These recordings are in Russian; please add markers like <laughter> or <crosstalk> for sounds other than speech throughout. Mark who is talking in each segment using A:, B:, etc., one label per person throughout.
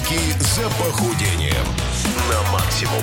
A: За похудением на максимум.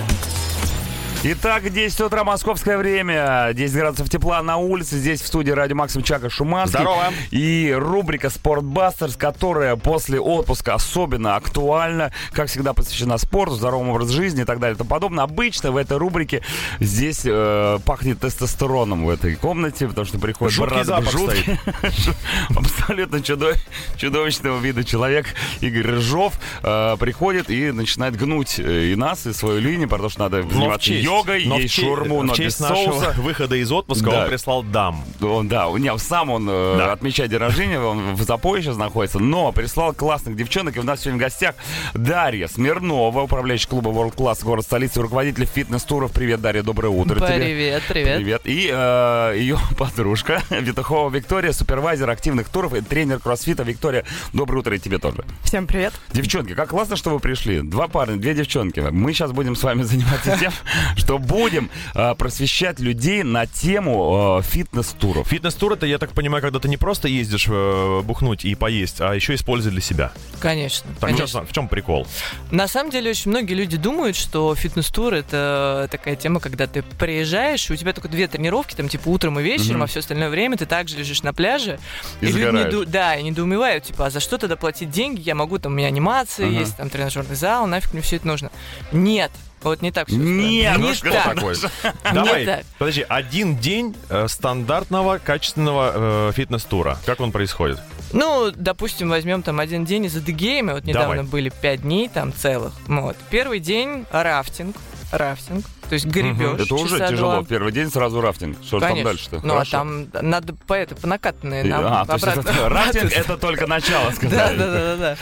B: Итак, 10 утра, московское время, 10 градусов тепла на улице, здесь в студии радио Максим Чака Шуманский.
C: Здорово.
B: И рубрика «Спортбастерс», которая после отпуска особенно актуальна, как всегда посвящена спорту, здоровому образу жизни и так далее и тому подобное. Обычно в этой рубрике здесь э, пахнет тестостероном в этой комнате, потому что приходит
C: Жуткий запах
B: жуткий, <laughs> абсолютно чудо- чудовищного вида человек Игорь Рыжов э, приходит и начинает гнуть э, и нас, и свою линию, потому что надо заниматься
C: честь.
B: йогой,
C: Но Ну, в
B: есть
C: честь-
B: шаурму, но
C: в
B: без
C: честь нашего
B: соуса.
C: <laughs> выхода из отпуска
B: Да.
C: он прислал дам.
B: Он, да, у меня сам он э,
C: Да.
B: отмечает день рождения, он в запое сейчас находится, но прислал классных девчонок, и у нас сегодня в гостях Дарья Смирнова, управляющая клуба World Class, город столицы, руководитель фитнес-туров. Привет, Дарья, доброе утро тебе.
D: Привет, привет.
B: И э, ее <laughs> подружка Петухова Виктория, супервайзер активных туров и тренер кроссфита. Виктория, доброе утро и тебе тоже.
D: Всем привет.
B: Девчонки, как классно, что вы пришли. Два парня, две девчонки. Мы сейчас будем с вами <laughs> заниматься тем, что будем э, просвещать людей на тему э, фитнес-туров.
C: Фитнес-тур это, я так понимаю, когда ты не просто ездишь э, бухнуть и поесть, а еще использовать для себя.
D: Конечно.
C: Так в
D: конечно.
C: чем, в чем прикол?
D: На самом деле очень многие люди думают, что фитнес-тур это такая тема, когда ты приезжаешь, и у тебя только две тренировки, там типа утром и вечером, а все остальное время ты также лежишь на пляже.
B: И
D: люди
B: загораешь.
D: неду- да, и недоумевают, типа, а за что тогда платить деньги? Я могу, там у меня анимация,
B: Ага.
D: есть там тренажерный зал, нафиг мне все это нужно. Нет, вот не так все.
B: Нет,
D: не
B: ну что
D: так.
B: такое? А, ну
C: Давай,
D: так.
C: подожди, один день э, стандартного качественного э, фитнес-тура. Как он происходит?
D: Ну, допустим, возьмем там один день из Адыгейма. Вот недавно
C: Давай.
D: были пять дней там целых. Вот. Первый день рафтинг. Рафтинг. То есть гребешь.
B: Это уже
D: часа
B: тяжело.
D: Два.
B: Первый день сразу рафтинг. Что же там
D: Конечно.
B: дальше-то?
D: Ну,
B: Хорошо.
D: а там надо по это, по накатанной
B: И-
D: нам
B: а, то есть <laughs>
D: обратно. <laughs>
B: это- рафтинг это только начало,
D: Да, да,
B: сказали.
D: да, да, да.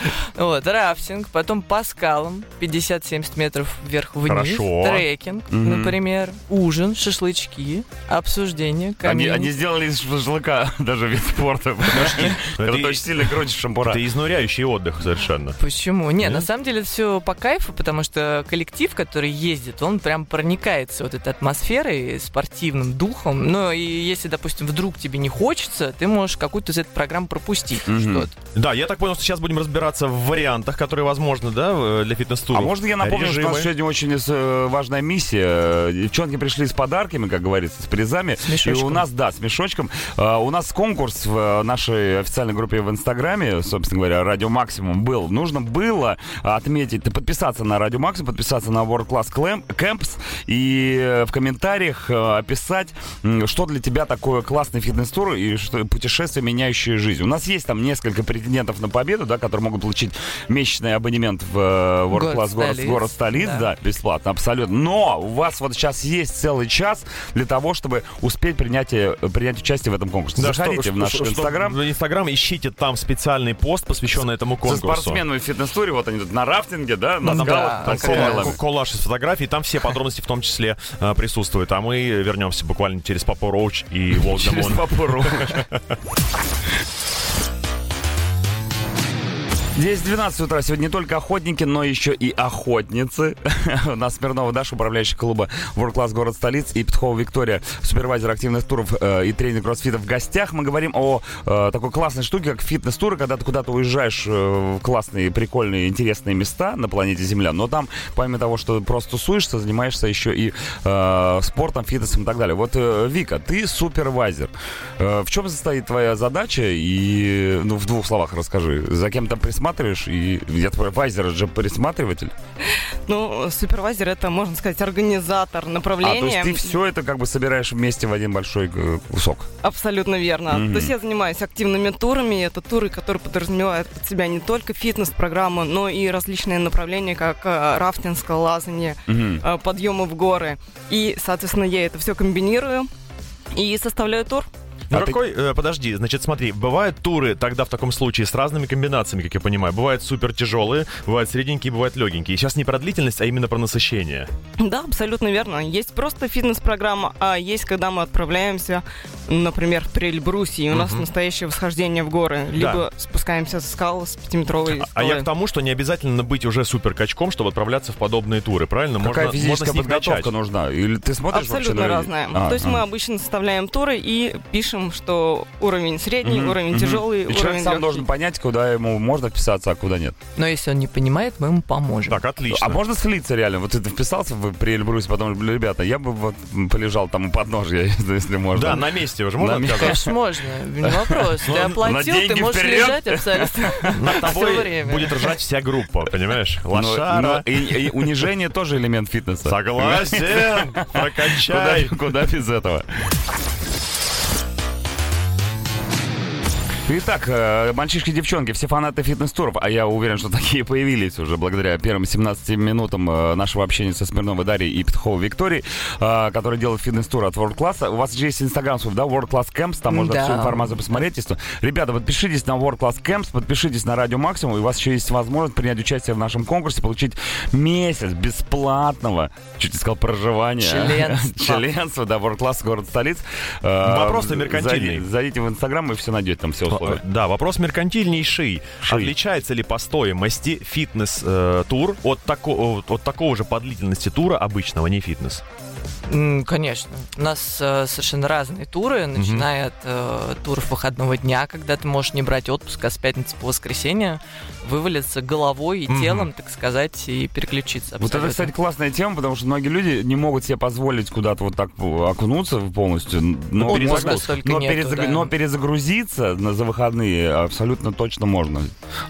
D: Вот, рафтинг, потом по скалам 50-70 метров вверх-вниз,
C: Хорошо.
D: трекинг,
B: Мгм.
D: например, ужин, шашлычки, обсуждение,
B: Они,
D: камин.
B: они сделали из шашлыка <laughs> даже вид спорта. потому что Это
C: Ты-
B: очень сильно крутишь шампура.
C: Это изнуряющий отдых совершенно.
D: Почему? Не,
C: Нет?
D: на самом деле все по кайфу, потому что коллектив, который ездит, он прям проникается вот этой атмосферой, спортивным духом. Но и если, допустим, вдруг тебе не хочется, ты можешь какую-то из этой программы пропустить
B: Мгм.
D: что-то.
C: Да, я так понял, что сейчас будем разбираться в вариантах, которые возможны, да, в- э, для фитнес-тура.
B: А можно я напомню, что у нас сегодня очень э, важная миссия. Э, Девчонки пришли с подарками, как говорится, с призами.
D: С мешочком.
B: И у нас, да, с мешочком. Э, У нас конкурс в э, нашей официальной группе в Инстаграме, собственно говоря, Радио Максимум был. Нужно было отметить, подписаться на Радио Максимум, подписаться на World Class Clam- Camps и э, в комментариях э, описать, м, что для тебя такое классный фитнес-тур и что путешествие, меняющее жизнь. У нас есть там несколько претендентов на победу, да, которые могут получить месячный абонемент в э, World
D: Город
B: Class город,
D: столиц,
B: город столиц, да.
D: да.
B: бесплатно, абсолютно. Но у вас вот сейчас есть целый час для того, чтобы успеть принять, э, принять участие в этом конкурсе.
C: Да, что-
B: Заходите
C: что-
B: в наш
C: что- что-
B: инстаграм.
C: В Инстаграм ищите там специальный пост, посвященный этому
B: Со
C: конкурсу.
B: спортсменами в фитнес-туре, вот они тут на рафтинге, да, на
C: Там,
D: Да,
B: скалах,
C: там
B: там
D: как раз.
B: скалах.
C: кола- коллаж из фотографий, там все подробности в том числе э, присутствуют. А мы вернемся буквально через Папу Роуч и
B: <laughs> Через
C: Волгамон.
B: попору. 10-12 утра. Сегодня не только охотники, но еще и охотницы. У нас Смирнова Даша, управляющая клуба World Class Город Столиц и Петхова Виктория, супервайзер активных туров э, и тренер кроссфита в гостях. Мы говорим о э, такой классной штуке, как фитнес-туры, когда ты куда-то уезжаешь э, в классные, прикольные, интересные места на планете Земля, но там, помимо того, что ты просто тусуешься, занимаешься еще и э, спортом, фитнесом и так далее. Вот, э, Вика, ты супервайзер. Э, в чем состоит твоя задача? И, ну, в двух словах расскажи. За кем там присматриваешь? И я твой вайзер это же присматриватель.
E: Ну, супервайзер это, можно сказать,
B: А,
E: организатор
B: то есть
E: направления.
B: ты все это как бы собираешь вместе в один большой э, кусок.
E: Абсолютно верно.
B: Мгм.
E: То есть я занимаюсь активными турами. Это туры, которые подразумевают под себя не только фитнес-программу, но и различные направления, как э, рафтинг, скалолазание,
B: Мгм.
E: э, подъемы в горы. И, соответственно, я это все комбинирую и составляю тур.
C: Ну,
B: А ты-
C: какой, э, подожди, значит, смотри, бывают туры тогда в таком случае с разными комбинациями, как я понимаю. Бывают супер тяжелые, бывают средненькие, бывают легенькие. И сейчас не про длительность, а именно про насыщение.
E: Да, абсолютно верно. Есть просто фитнес-программа, а есть, когда мы отправляемся, например, в Прельбрусе, и у нас
C: Мгм.
E: настоящее восхождение в горы. Либо спускаемся с скал с пятиметровой
C: А-
E: скалы.
C: А я к тому, что не обязательно быть уже супер качком, чтобы отправляться в подобные туры, правильно?
B: Какая
C: можно,
B: физическая
C: можно с них
B: подготовка ну?
C: начать.
B: нужна? Или ты смотришь вообще
E: Абсолютно
B: на людей?
E: разная.
B: А,
E: То есть
B: а.
E: мы обычно составляем туры и пишем, что уровень средний,
B: Мгм,
E: уровень
B: мгм.
E: тяжелый,
B: И
E: уровень
B: человек сам
E: легкий.
B: должен понять, куда ему можно вписаться, а куда нет.
D: Но если он не понимает, мы ему поможем.
C: Так, отлично.
B: А можно слиться реально? Вот ты вписался в при Эльбрусе, потом, блин, ребята, я бы вот м, полежал там у подножья, <laughs> если можно.
C: Да, на месте уже
B: На
C: можно
B: месте.
C: отказаться?
D: Конечно, можно. Не вопрос. Ты
B: Ну, на
D: оплатил, ты
B: деньги
D: можешь
B: вперед. <laughs>
D: лежать абсолютно.
C: Над
D: Всё
C: тобой
D: время.
C: будет ржать вся группа, понимаешь?
B: Но- но
C: Лошара.
B: и- и унижение тоже элемент фитнеса.
C: Согласен.
B: Куда,
C: <laughs> Прокачай.
B: куда без этого? Итак, э, мальчишки и девчонки, все фанаты фитнес-туров, а я уверен, что такие появились уже благодаря первым 17 минутам э, нашего общения со Смирновой Дарьей и Петуховой Викторией, э, которые делают фитнес-тур от World Class. У вас же есть инстаграм свой, да, World Class Camps, там можно
D: Да.
B: всю информацию посмотреть. Если- Ребята, подпишитесь на World Class Camps, подпишитесь на Радио Максимум, и у вас еще есть возможность принять участие в нашем конкурсе, получить месяц бесплатного, чуть не сказал, проживания.
D: Членства.
B: <laughs> Членство, да, World Class, город столиц. Э,
C: Вопрос-то
B: за-
C: меркантильный.
B: зайди- Зайдите в Инстаграм и все найдете, там все условия.
C: Э, Да, вопрос меркантильнейший.
B: Ши.
C: Отличается ли по стоимости фитнес-тур от, тако- от такого же по длительности тура обычного, не фитнес?
D: М, Конечно. У нас э, совершенно разные туры, начиная от э, туров выходного дня, когда ты можешь не брать отпуск, а с пятницы по воскресенье вывалиться головой и
C: Мгм.
D: телом, так сказать, и переключиться.
B: Вот это,
D: абсолютно.
B: кстати, классная тема, потому что многие люди не могут себе позволить куда-то вот так окунуться полностью, но,
D: Отпуска
B: можно-
D: столько
B: но,
D: нету,
B: перезаг-
D: да.
B: но перезагрузиться на- за выходные абсолютно точно можно,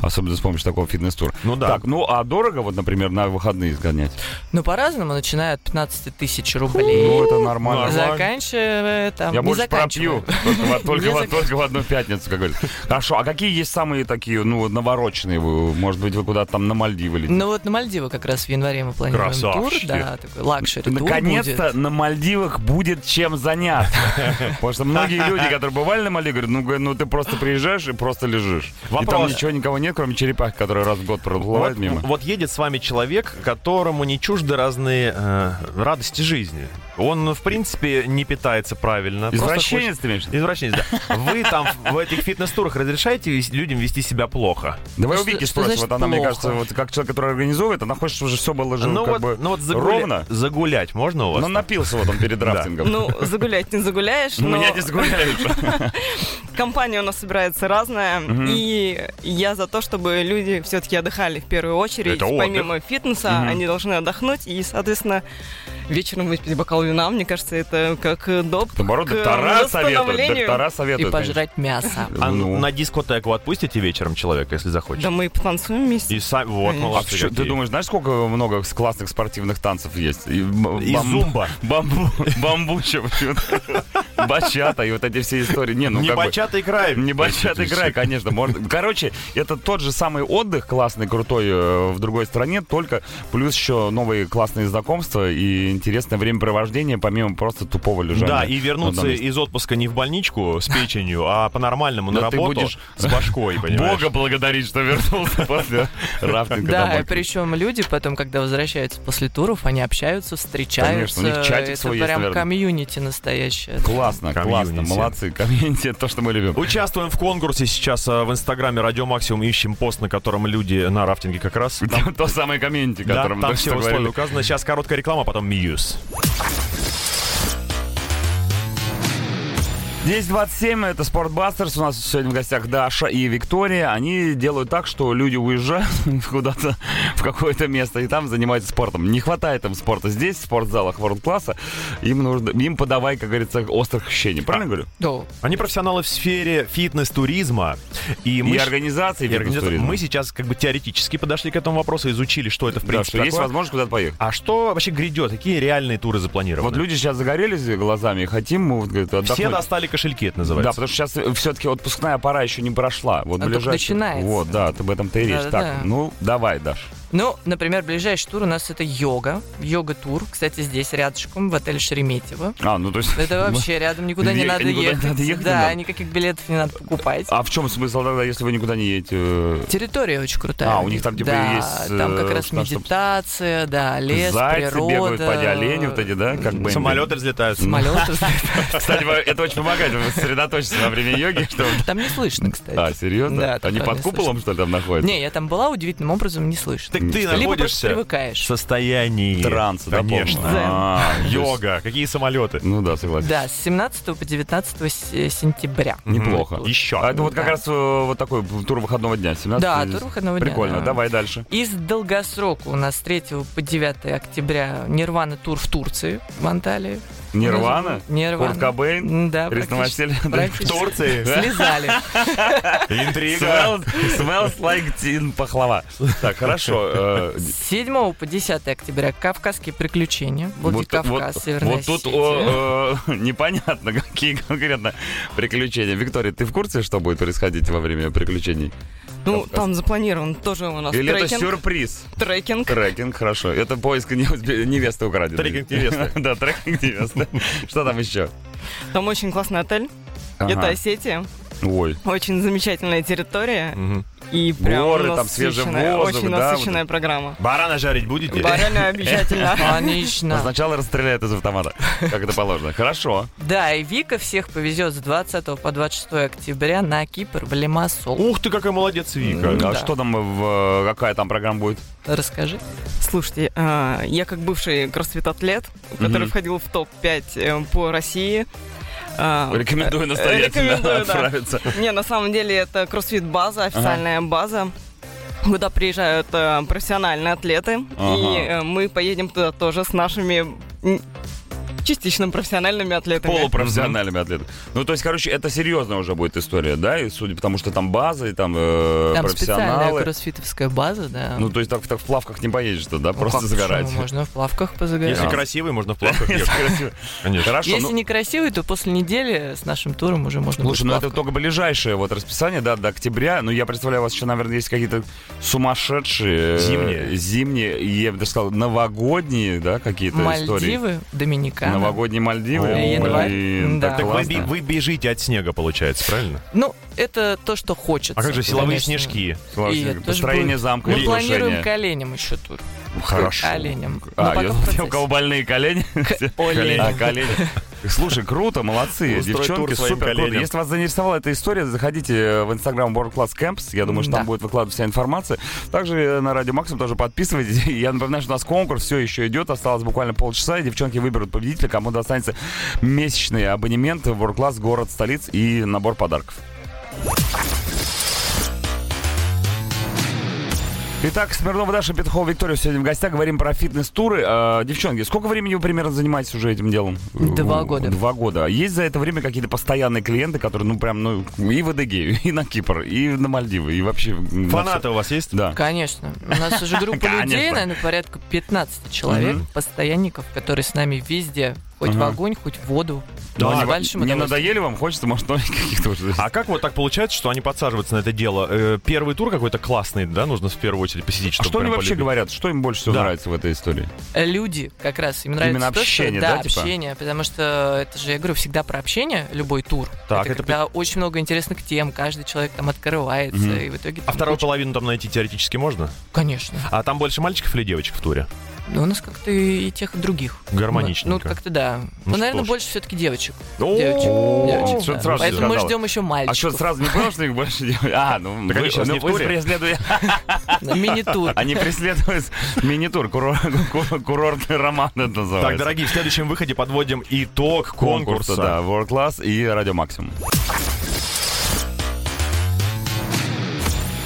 B: особенно с помощью такого фитнес-тура.
C: Ну да.
B: Так, ну а дорого вот, например, на выходные сгонять?
D: Ну, по-разному, начиная от 15 тысяч рублей.
B: Ну это нормально.
C: нормально.
D: Заканчивая там.
B: Я
D: не
B: больше
D: заканчивая.
B: пропью. <laughs> Только, в- только
D: Не
B: в-
D: зак-
B: только в одну пятницу, как говорится. Хорошо, а какие есть самые такие, ну, навороченные? вы? Может быть, вы куда-то там на Мальдивы летите?
D: Ну вот на Мальдивы как раз в январе мы планируем
C: Красавчики.
D: тур, да, такой лакшери тур
B: Наконец-то
D: будет.
B: на Мальдивах будет чем заняться. <laughs> Потому что многие люди, которые бывали на Мальдивах, говорят, ну, г- ну ты просто приезжаешь и просто лежишь. И там
C: Вопрос.
B: ничего никого нет, кроме черепах, которые раз в год проплывают
C: Вот, ну,
B: мимо.
C: вот едет с вами человек, которому не чужды разные э, радости жизни. Он, в принципе, не питается правильно. просто
B: Извращенец ты имеешь? в
C: хочет-
B: виду?
C: Извращенец, да. Вы там в этих фитнес-турах разрешаете вес- людям вести себя плохо?
B: Давай у
D: что-
B: Вики
D: что
B: спросим.
D: значит
B: Вот она, мне
D: плохо?
B: кажется, вот как человек, который организовывает, она хочет, чтобы уже все было же
C: ну,
B: как
C: вот,
B: бы
C: ну вот загуля-
B: ровно. Ну,
C: загулять можно у вас?
B: Но
C: там?
B: напился вот он перед
C: Да.
B: рафтингом.
E: Ну, загулять не
B: <laughs>
E: загуляешь,
B: Ну,
E: но
B: Меня не сгуляют.
D: <laughs>
E: компания у нас собирается разная,
B: Мгм.
E: и я за то, чтобы люди все-таки отдыхали в первую очередь.
C: Это отдых.
E: Помимо фитнеса,
B: Мгм.
E: они должны отдохнуть, и, соответственно, вечером выпить бокал вина, мне кажется, это как э, доп
B: Наоборот,
E: к
B: доктора советуют.
E: восстановлению.
B: Доктора
D: И
B: советуют.
D: пожрать мясо.
B: конечно.
C: А
B: Ну.
C: на дискотеку отпустите вечером человека, если захочет?
E: Да мы и потанцуем вместе.
C: И сами, вот,
E: Конечно.
B: А
C: молодцы
B: в чё- ты
C: какие.
B: думаешь, знаешь, сколько много классных спортивных танцев есть? И, м-
C: И
B: бам-
C: зумба.
B: Бамбу, бамбуча, вот. <laughs> бачата и вот эти все истории. Не, ну
C: не
B: как бы-
C: бачатый край.
B: Не бачатый край, конечно. Можно. Короче, это тот же самый отдых, классный, крутой э, в другой стране, только плюс еще новые классные знакомства и интересное времяпровождение, помимо просто тупого лежания.
C: Да,
B: на
C: и
B: одном
C: вернуться
B: месте.
C: из отпуска не в больничку
B: <laughs>
C: с печенью, а по-нормальному на
B: Да ты
C: работу
B: будешь
C: с
B: <laughs>
C: башкой, понимаешь?
B: Бога благодарить, что вернулся <laughs> после рафтинга
D: Да,
B: домой.
D: и причем люди потом, когда возвращаются после туров, они общаются, встречаются.
B: Конечно, у них чатик
D: это
B: свой есть,
D: прям
B: наверное.
D: комьюнити настоящее.
B: Классно,
C: Комьюнити.
B: классно, молодцы. Комьюнити — это то, что мы любим.
C: Участвуем в конкурсе сейчас э, в Инстаграме Радио Максимум. Ищем пост, на котором люди на рафтинге как раз. Там,
B: То самое комьюнити,
C: да,
B: которым
C: там
B: только
C: все
B: что
C: условия
B: говорили.
C: указаны. Сейчас короткая реклама, а потом Мьюз.
B: 10.27, это Спортбастерс. У нас сегодня в гостях Даша и Виктория. Они делают так, что люди уезжают <laughs> куда-то в какое-то место и там занимаются спортом. Не хватает им спорта здесь, в спортзалах ворлд-класса. Им нужно, им подавай, как говорится, острых ощущений.
C: А,
B: Правильно говорю?
D: Да,
C: Они профессионалы в сфере фитнес-туризма. И мы...
B: и
C: щ-
B: организации,
C: и
B: и
C: организатор-
B: фитнес-туризма.
C: Мы сейчас как бы теоретически подошли к этому вопросу, изучили, что это в
B: Да, что
C: принципе
B: есть
C: такое.
B: возможность куда-то поехать.
C: А что вообще грядет? Какие реальные туры запланированы?
B: Вот люди сейчас загорелись глазами и хотим, мы вот, говорит,
C: Все
B: отдохнуть.
C: достали кошельки, это
B: Да,
C: называется.
B: потому что сейчас все-таки отпускная пора еще не прошла. Вот
D: Она А только
B: ближайшая-
D: начинается.
B: Вот, да, ты об этом-то и речь.
D: Да-да-да.
B: так, ну, давай, Даш.
D: Ну, например, ближайший тур у нас это йога. Йога-тур. Кстати, здесь рядышком, в отеле Шереметьево.
B: А, ну то есть...
D: Это вообще рядом никуда не
B: Ехать-
D: надо
B: никуда не
D: ехать.
B: надо ехать, не
D: Да,
B: надо.
D: никаких билетов не надо покупать.
B: А в чем смысл тогда, если вы никуда не едете? э,
D: Территория очень крутая.
B: А, у них там, типа,
D: да,
B: есть, э,
D: там как раз
B: что- чтоб-
D: медитация, да, лес,
B: Зайцы
D: природа.
B: бегают, поди олени вот эти, да? Как бы им-
C: Самолеты
B: <laughs>
C: взлетают.
D: Самолеты.
B: Кстати, во- это очень помогает э, сосредоточиться во время йоги, <laughs> чтобы...
D: Там не слышно, кстати.
B: А, серьезно?
D: Да,
B: Они
D: такое
B: под
D: не
B: куполом, что ли, там находятся?
D: Не, я там была, удивительным образом не слышно.
C: Ты ты
D: Либо просто
C: находишься в
D: привыкаешь.
C: состоянии.
B: Транс, да,
C: конечно.
B: полный? А, то есть-
C: Йога, какие самолеты.
B: Ну да, согласен.
D: Да, с 17 по 19 се- сентября.
B: Неплохо.
C: Мгм. Еще.
B: А это вот как
D: Да.
B: раз э, вот такой тур выходного дня. 17
D: Да,
B: здесь.
D: тур выходного дня,
B: Прикольно,
D: да.
B: давай дальше.
D: Из долгосрока у нас с 3 по 9 октября Нирвана тур в Турции, в Анталии.
B: Нирвана, Курт
D: Нирвана.
B: Кобейн,
D: М, Да,
B: Крис
D: практически.
B: Новосель, да, в
D: Практически.
B: <laughs> Турции. да?
D: Слезали.
C: Интрига.
B: Smells, smells like teen пахлава. Так, хорошо. э,
D: С 7 по 10 октября Кавказские приключения. Владикавказ,
B: вот-
D: Северная
B: вот тут
D: Осетия.
B: о, э, <laughs> непонятно, какие конкретно приключения. Виктория, ты в курсе, что будет происходить во время приключений?
E: Ну,
B: Кавказ.
E: там запланирован тоже у нас
B: Или это
E: А трекинг.
B: сюрприз?
E: трекинг.
B: Трекинг, хорошо. Это поиск не- невесты украденной.
C: Трекинг невесты.
B: <laughs> Да, трекинг невесты. Что там еще?
E: Там очень классный отель. Это
B: Ага.
E: Осетия.
B: Ой.
E: Очень замечательная территория.
C: Мгм.
E: И прям
B: Горы,
E: у нас
B: там свежий
E: насыщенная-
B: воздух,
E: Очень
B: да, вот
E: насыщенная программа.
C: Барана жарить будете?
B: <laughs>
E: Барана обязательно.
B: Но
D: <laughs> Конечно.
B: сначала расстреляют из автомата, как это положено. Хорошо.
D: Да, и Вика всех повезет с 20 по 26 октября на Кипр в Лимассол.
C: Ух ты, какая молодец Вика.
B: А
D: да.
B: что там, в, э, какая там программа будет?
D: Расскажи.
E: Слушайте, а, я как бывший кроссфит-атлет, который входил в топ-5 по России. а,
B: Рекомендую настоятельно
E: Рекомендую, да.
B: отправиться.
E: Не, на самом деле это кроссфит-база, официальная база. Куда приезжают э, профессиональные атлеты,
B: Ага.
E: и э, мы поедем туда тоже с нашими м, частично профессиональными атлетами.
B: Полупрофессиональными атлетами. Ну, то есть, короче, это серьезная уже будет история, да? И судя потому, что там база, и там, э,
D: Там специальная
B: профессионалы.
D: кроссфитовская база, да.
B: Ну, то есть, так, так в плавках не поедешь-то, да?
D: Ну,
B: Просто
D: как,
B: загорать. <laughs>
D: почему? Можно в плавках позагорать. А.
C: Если
B: Да.
C: красивый, можно в плавках ехать.
B: Красиво.
C: Конечно.
B: Хорошо.
D: Если
B: ну,
D: некрасивый, то после недели с нашим туром уже можно
B: Слушай, ну
D: будет
B: это
D: плавкать.
B: только ближайшее вот расписание, да, до октября. Ну, я представляю, у вас еще, наверное, есть какие-то сумасшедшие... э,
C: Зимние.
B: Зимние, и я бы даже сказал, новогодние, да, какие-то истории.
D: Мальдивы, Доминикана.
B: Новогодние Мальдивы.
C: О,
D: январь.
B: Блин,
D: Да.
B: так
C: Так вы,
B: классно.
C: би- вы бежите от снега, получается, правильно?
D: Ну, это то, что хочется.
C: А как же силовые
D: конечно.
C: снежки?
B: Классно.
D: И это тоже
B: Построение
D: будет-
B: замка.
D: Мы
B: и
D: планируем
B: разрушение.
D: к оленям еще тур.
B: Хорошо.
D: К оленям. Но
B: А,
D: пока
B: я
D: в
B: думал, те, у
D: процессе.
B: кого больные колени.
D: К оленям. <laughs>
B: А, колени. Слушай, круто, молодцы,
C: Устрой
B: девчонки,
C: тур своим
B: супер круто.
C: коленям.
B: Если вас заинтересовала эта история, заходите в инстаграм World Class Camps, я думаю, что там
D: Да.
B: будет выкладываться вся информация. Также на Радио Максимум тоже подписывайтесь. <laughs> И Я напоминаю, что у нас конкурс все еще идет, осталось буквально полчаса, и девчонки выберут победителя, кому достанется месячный абонемент в World Class, город, столиц и набор подарков. Итак, Смирнова Даша, Петухова Виктория сегодня в гостях. Говорим про фитнес-туры. Э, девчонки, сколько времени вы примерно занимаетесь уже этим делом?
D: Два
B: Э,
D: года.
B: Два года. Есть за это время какие-то постоянные клиенты, которые, ну, прям, ну, и в Адыгею, <laughs> и на Кипр, и на Мальдивы, и вообще... на
C: Фанаты у вас есть?
B: всё. Да.
D: Конечно. У нас уже группа
B: <laughs>
D: людей,
B: Конечно.
D: наверное, порядка 15 человек,
B: Мгм.
D: постоянников, которые с нами везде. Хоть в
B: Ага.
D: огонь, хоть в воду.
B: Ну,
D: с
B: они вам-
D: большим
B: не
D: удовольствием.
B: надоели вам? Хочется, может, новеньких каких-то уже?
C: А как вот так получается, что они подсаживаются на это дело? Э, Первый тур какой-то классный, да, нужно в первую очередь посетить,
B: А
C: чтобы
B: что они
C: прям
B: вообще
C: полюбить.
B: говорят? Что им больше всего
C: Да.
B: нравится в этой истории?
D: Люди как раз им нравится
B: Именно
D: то, что-
B: общение, да, типа?
D: общение, потому что это же, я говорю, всегда про общение, любой тур.
C: Так,
D: это,
C: это
D: когда очень много интересных тем, каждый человек там открывается,
B: Мгм.
D: и в итоге...
C: А
D: там
C: вторую
D: очень-
C: половину там найти теоретически можно?
D: Конечно.
C: А там больше мальчиков или девочек в туре?
D: Ну, у нас как-то и тех, и других.
C: Гармоничненько.
D: Ну, как-то да.
C: Ну,
D: Ну,
C: что
D: наверное,
C: ж.
D: больше все-таки девочек.
B: О,
D: Девочек. девочек,
B: что-то
D: да.
B: сразу
D: Поэтому мы
B: сказала.
D: ждем
B: А
D: еще
B: что,
D: мальчиков.
B: сразу не <laughs> понял, что их больше делают? А, ну,
C: Так они
B: вы-
C: сейчас
B: ну,
C: не в
B: вы
C: туре?
B: преследуете-
D: <laughs> Мини-тур.
B: Они преследуют <laughs> мини-тур, <laughs> курор- ку- курортный роман это называется.
C: Так, дорогие, в следующем выходе подводим итог конкурса.
B: да, World Class и Радио Максимум.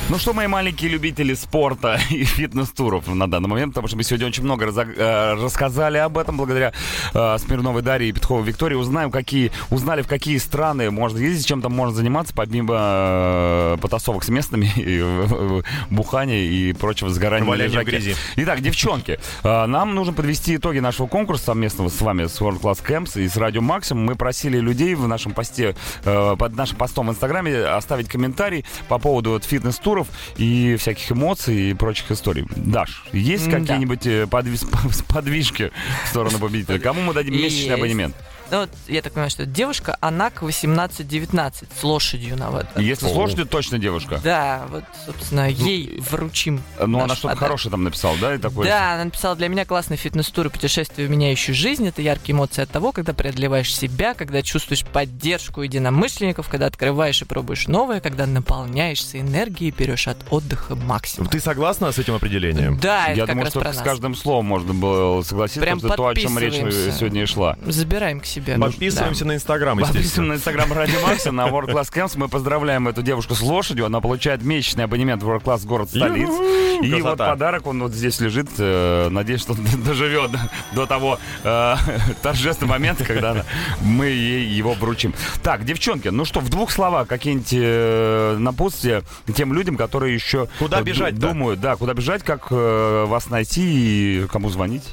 B: Ну что, мои маленькие любители спорта <laughs> и фитнес-туров на данный момент, потому что мы сегодня очень много разог- э, рассказали об этом благодаря э, Смирновой Дарье и Петховой Виктории. Узнаем, какие, узнали, в какие страны можно ездить, чем там можно заниматься, помимо э, потасовок с местными, <laughs> и, э, бухания и прочего сгорания. на
C: Валяния в
B: лежаке.
C: грязи.
B: Итак, девчонки, э, нам нужно подвести итоги нашего конкурса совместного с вами, с World Class Camps и с Радио Максим. Мы просили людей в нашем посте, э, под нашим постом в Инстаграме оставить комментарий по поводу вот фитнес-туров и всяких эмоций и прочих историй. Даш, есть
D: М-да.
B: какие-нибудь э, подвис- <laughs> подвижки в сторону победителя? Кому мы дадим месячный
D: Есть.
B: абонемент?
D: Ну, вот я так понимаю, что это девушка, Анак 18-19, с лошадью на вот.
B: Если
C: О.
B: сложно, то точно девушка.
D: Да, вот, собственно, ей вручим.
B: Ну,
D: наш
B: она что-то
D: подарок.
B: хорошее там написала, да? И такое?
D: Да, она написала, для меня классный фитнес-тур и путешествие в меняющую жизнь. Это яркие эмоции от того, когда преодолеваешь себя, когда чувствуешь поддержку единомышленников, когда открываешь и пробуешь новое, когда наполняешься энергией и берешь от отдыха максимум.
C: Ты согласна с этим определением?
D: Да, это
B: Я
D: как
B: думаю,
D: раз
B: что
D: про
B: с
D: нас.
B: каждым словом можно было согласиться,
D: Прям
B: потому что то, о чем речь э,
D: подписываемся.
B: сегодня и шла.
D: Забираем к себе.
C: Подписываемся на Инстаграм,
B: Подписываем
C: естественно.
B: на инстаграм Ради Макса на World Class Camps. Мы поздравляем эту девушку с лошадью. Она получает месячный абонемент в World Class город столиц.
C: Ю-ху!
B: И вот
C: Красота.
B: подарок, он вот здесь лежит. Э, Надеюсь, что он <laughs> доживет до того э, <laughs> торжественного момента, когда она- мы ей его вручим. Так, девчонки, ну что, в двух словах какие-нибудь э, напутствия тем людям, которые еще
C: Куда
B: э, ду-
C: бежать-то?
B: думают, да, куда бежать, как э, вас найти и кому звонить.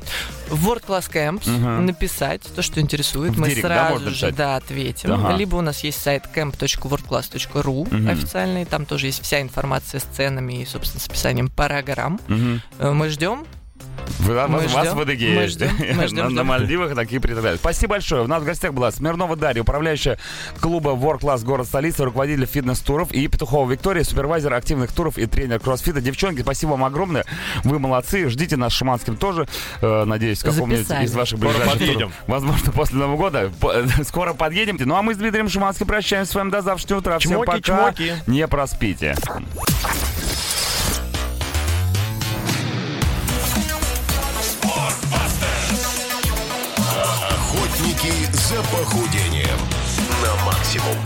D: в World Class Camps
B: Мгм.
D: написать то, что интересует.
B: В
D: мы
B: директ, да,
D: сразу
B: можно
D: же
B: писать?
D: да, ответим.
B: Ага.
D: Либо у нас есть сайт camp.worldclass.ru
B: Мгм.
D: официальный. Там тоже есть вся информация с ценами и, собственно, с описанием по программ. Э, Мы ждем.
B: Вы- а,
D: Мы
B: вас, вас
D: ждем,
B: в Адыгее.
D: мы ждем, мы ждем,
B: на, на
D: ждем.
B: Мальдивах такие предлагают. Спасибо большое. У нас в гостях была Смирнова Дарья, управляющая клуба World Class город столица, руководитель фитнес-туров и Петухова Виктория, супервайзер активных туров и тренер кроссфита. Девчонки, спасибо вам огромное. Вы молодцы. Ждите нас в Шуманском тоже. Э, надеюсь, в каком-нибудь
D: Записали.
B: из ваших
C: Скоро
B: ближайших
C: подъедем.
B: туров. Возможно, после Нового года. По- <laughs> Скоро подъедем. Ну а мы с Дмитрием Шуманским прощаемся с вами до завтрашнего утра. Всем
C: Чмоки,
B: пока.
C: чмоки.
B: Не проспите.
A: Охотники за похудением на максимум.